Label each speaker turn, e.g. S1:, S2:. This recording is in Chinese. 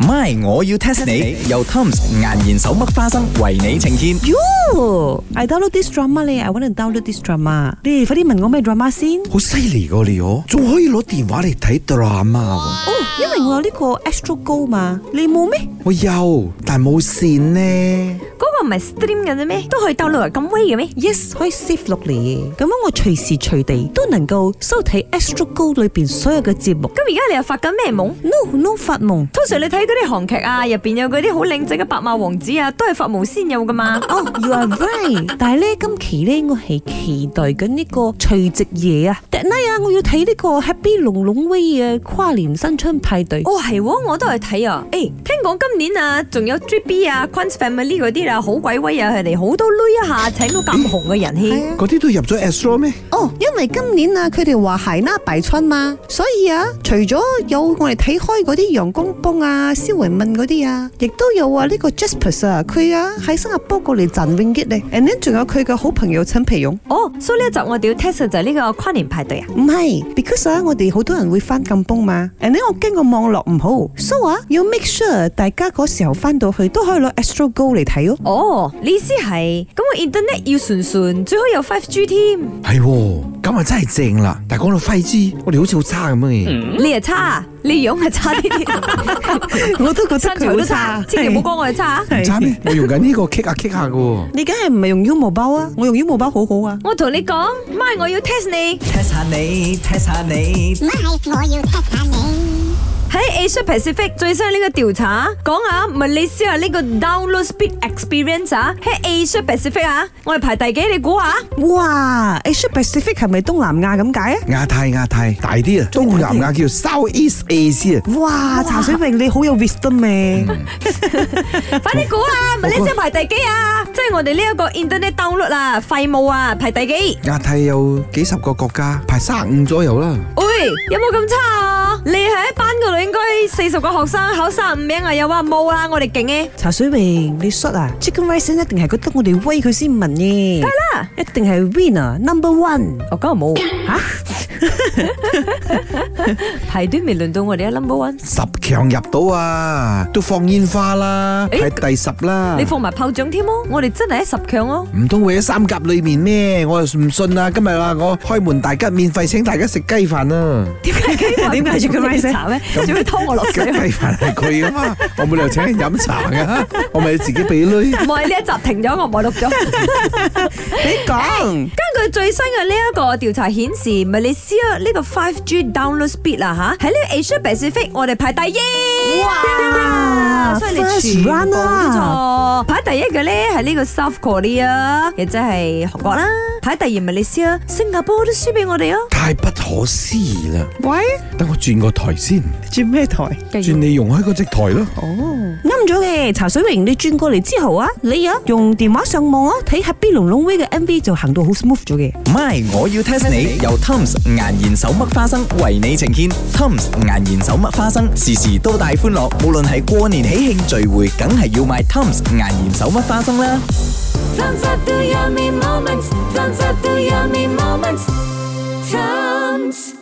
S1: My，我要 test 你。由 Tom's 颜然手剝花生為你呈現。
S2: You, I download this drama 咧，I want to download this drama。你哋快啲問我咩 drama 先？
S3: 好犀利噶你哦，仲可以攞電話嚟睇 drama 喎。
S2: 哦，因為我有呢個 Astro Go 嘛，你冇咩？
S3: 我有，但冇線呢。
S4: 嗰個唔係 stream 嘅啫咩？都可以 download 啊嚟咁威嘅咩？
S2: Yes，可以 save 落嚟，咁樣我隨時隨地都能夠收睇 Astro Go 裏邊所有嘅節目。
S4: 咁而家你又發緊咩夢？
S2: No no 發夢。
S4: 通常你睇嗰啲韓劇啊，入邊有嗰啲好靚仔嘅白馬王子啊，都係發夢先有噶嘛。
S2: 哦、y o u Oh, are right。但係咧，今期咧，我係期待緊呢個除夕夜啊，That night 啊，我要睇呢個 Happy 龍龍威嘅跨年新春派對。
S4: 哦，係喎，我都係睇啊！誒、聽講今年啊，仲有 G B 啊、Queen's Family 嗰啲啊，好鬼威啊！佢哋好多攏一下請到咁紅嘅人 氣。
S3: 嗰啲都入咗 Astro 咩？
S5: 哦，因為今年啊，佢哋話係啦敗春嘛，所以啊，除咗有我哋睇開嗰啲楊公公啊、蕭雲問嗰啲啊，亦都有啊呢、個 Jasper 啊，佢啊喺新加坡過嚟賺永吉咧，and then 仲有佢嘅好朋友陳皮勇，
S4: 哦，所以呢一集我哋要 test 嘅就係呢個跨年派對啊！
S5: 唔係，because 啊，我哋好多人會翻禁崩嘛，and then 我驚個網絡唔好，so 啊要 make sure 大家嗰時候翻到去都可以攞 Astro Go 嚟 睇哦。
S4: 哦，你意思係咁個 internet 要順順，最好有 5G 添。
S3: 係喎，咁啊真係正啦。但係講到廢資，我哋好似好差咁嘅。
S4: 你又差啊，你樣係差啲，
S5: 我都覺得
S4: 身
S5: 佢
S4: 材
S5: 好
S4: 都差，千祈唔好講我係差啊。
S3: 唔差咩？我用緊呢個 kick 下 kick 下嘅喎。
S5: 你梗係唔係用 U 毛包啊？我用 U 毛包好好啊。
S4: 我同你講，媽，我要 test 你
S1: test 下你，test 下你。
S6: My，我要 test 下你。
S4: 喺 Asia Pacific 最新呢個調查講啊，馬來西亞呢個 download speed experience 啊，喺 Asia Pacific 啊，我係排第幾？你估 下？
S5: 哇，Asia Pacific 係咪東南亞咁解啊？
S3: 亞太亞太大啲啊，東南亞叫 South East Asia。
S5: 哇，茶水榮你好有 wisdom 咩？
S4: 快啲估啊！馬來西亞排第幾啊？即係我哋呢一個 internet download 啊，廢務啊，排第幾？
S3: 亞太有幾十個國家，排三五左右啦。
S4: 喂，有冇咁差啊？你喺一班嗰度應該四十個學生考三十五名啊，有啊冇啊？我哋勁嘅。
S5: 茶水榮你 shot 啊？Chicken à? Rice 一定係覺得我哋威佢先問嘅，梗
S4: 啦，
S5: 一定係 winner à? number one。
S4: 我梗係冇吓，排隊未輪到我哋啊，number one。
S3: 十強入到啊，都放煙花啦，
S4: 誒
S3: 排第十啦。
S4: 你放埋炮仗添咯，我哋真係喺十強咯。
S3: 唔通會喺三甲裏面咩？我又唔信啊！今日話我開門大吉，免費請大家食雞飯啊！
S4: 點解
S5: 點解仲咁威聲
S4: 查咩？仲要拖我落
S3: 咁
S4: 水？
S3: 雞飯係佢噶嘛，我冇理由請人飲茶噶，我咪要自己俾女。
S4: 唔係呢一集停咗，我唔係錄咗。
S5: 你講
S4: 根據最新嘅呢一個調查顯示，馬來西亞呢個 5G download speed 啊吓，喺呢個 Asia Pacific 我哋排第一。哇！所以你
S5: first
S4: 全部
S5: run 啊
S4: 都錯。排第一嘅咧係呢個 South Korea，亦即係韓國啦。排第二馬來西亞、新加坡都輸俾我哋啊！
S3: 太不可思議啦！
S5: 喂，
S3: 等我轉個台先，
S5: 轉咩台？
S3: 轉你用開嗰隻台咯。
S5: 啱咗嘅，茶水榮你轉過嚟之後啊，你啊用電話上網啊睇 Happy 龍龍 V 嘅 MV 就行到好 smooth 咗嘅。
S1: My，我要 test 你。由 Tom's 顏然手剝花生為你呈現。Tom's 顏然手剝花生，時時都帶歡樂。無論係過年喜慶聚會，梗係要買 Tom's 顏然手剝花生啦。
S7: Moments, dance up the yummy moments. Times.